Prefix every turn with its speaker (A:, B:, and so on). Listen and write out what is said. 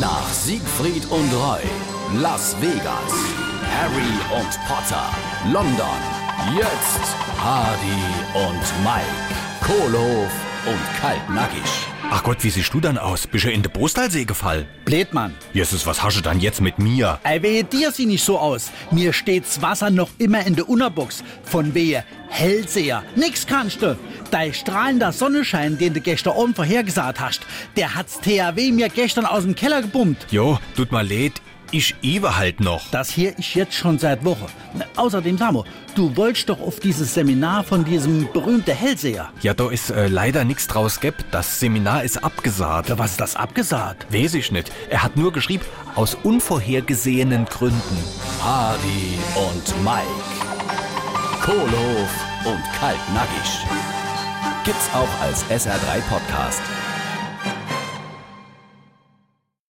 A: Nach Siegfried und Roy, Las Vegas, Harry und Potter, London, jetzt Hardy und Mike, Kohlehof und Kaltnackig.
B: Ach Gott, wie siehst du dann aus? Bist du in den Brostalsee gefallen?
C: Blödmann,
B: Jesus, was hast du dann jetzt mit mir?
C: ey, wehe dir sie nicht so aus. Mir steht's Wasser noch immer in der Unterbox. Von wehe Hellseher. Nix kannst du. Dein strahlender Sonnenschein, den du gestern oben vorhergesagt hast, der hat's THW mir gestern aus dem Keller gebummt.
B: Jo, tut mal leid, ich ewe halt noch.
C: Das hier ich jetzt schon seit Woche. Außerdem, Samo, du wolltest doch auf dieses Seminar von diesem berühmten Hellseher.
B: Ja, da ist äh, leider nichts draus geb. Das Seminar ist abgesagt.
C: Ja, was ist das abgesagt?
B: Weiß ich nicht. Er hat nur geschrieben, aus unvorhergesehenen Gründen.
A: Hardy und Mike, Kohlehof und Kaltnackig. Gibt's auch als SR3 Podcast.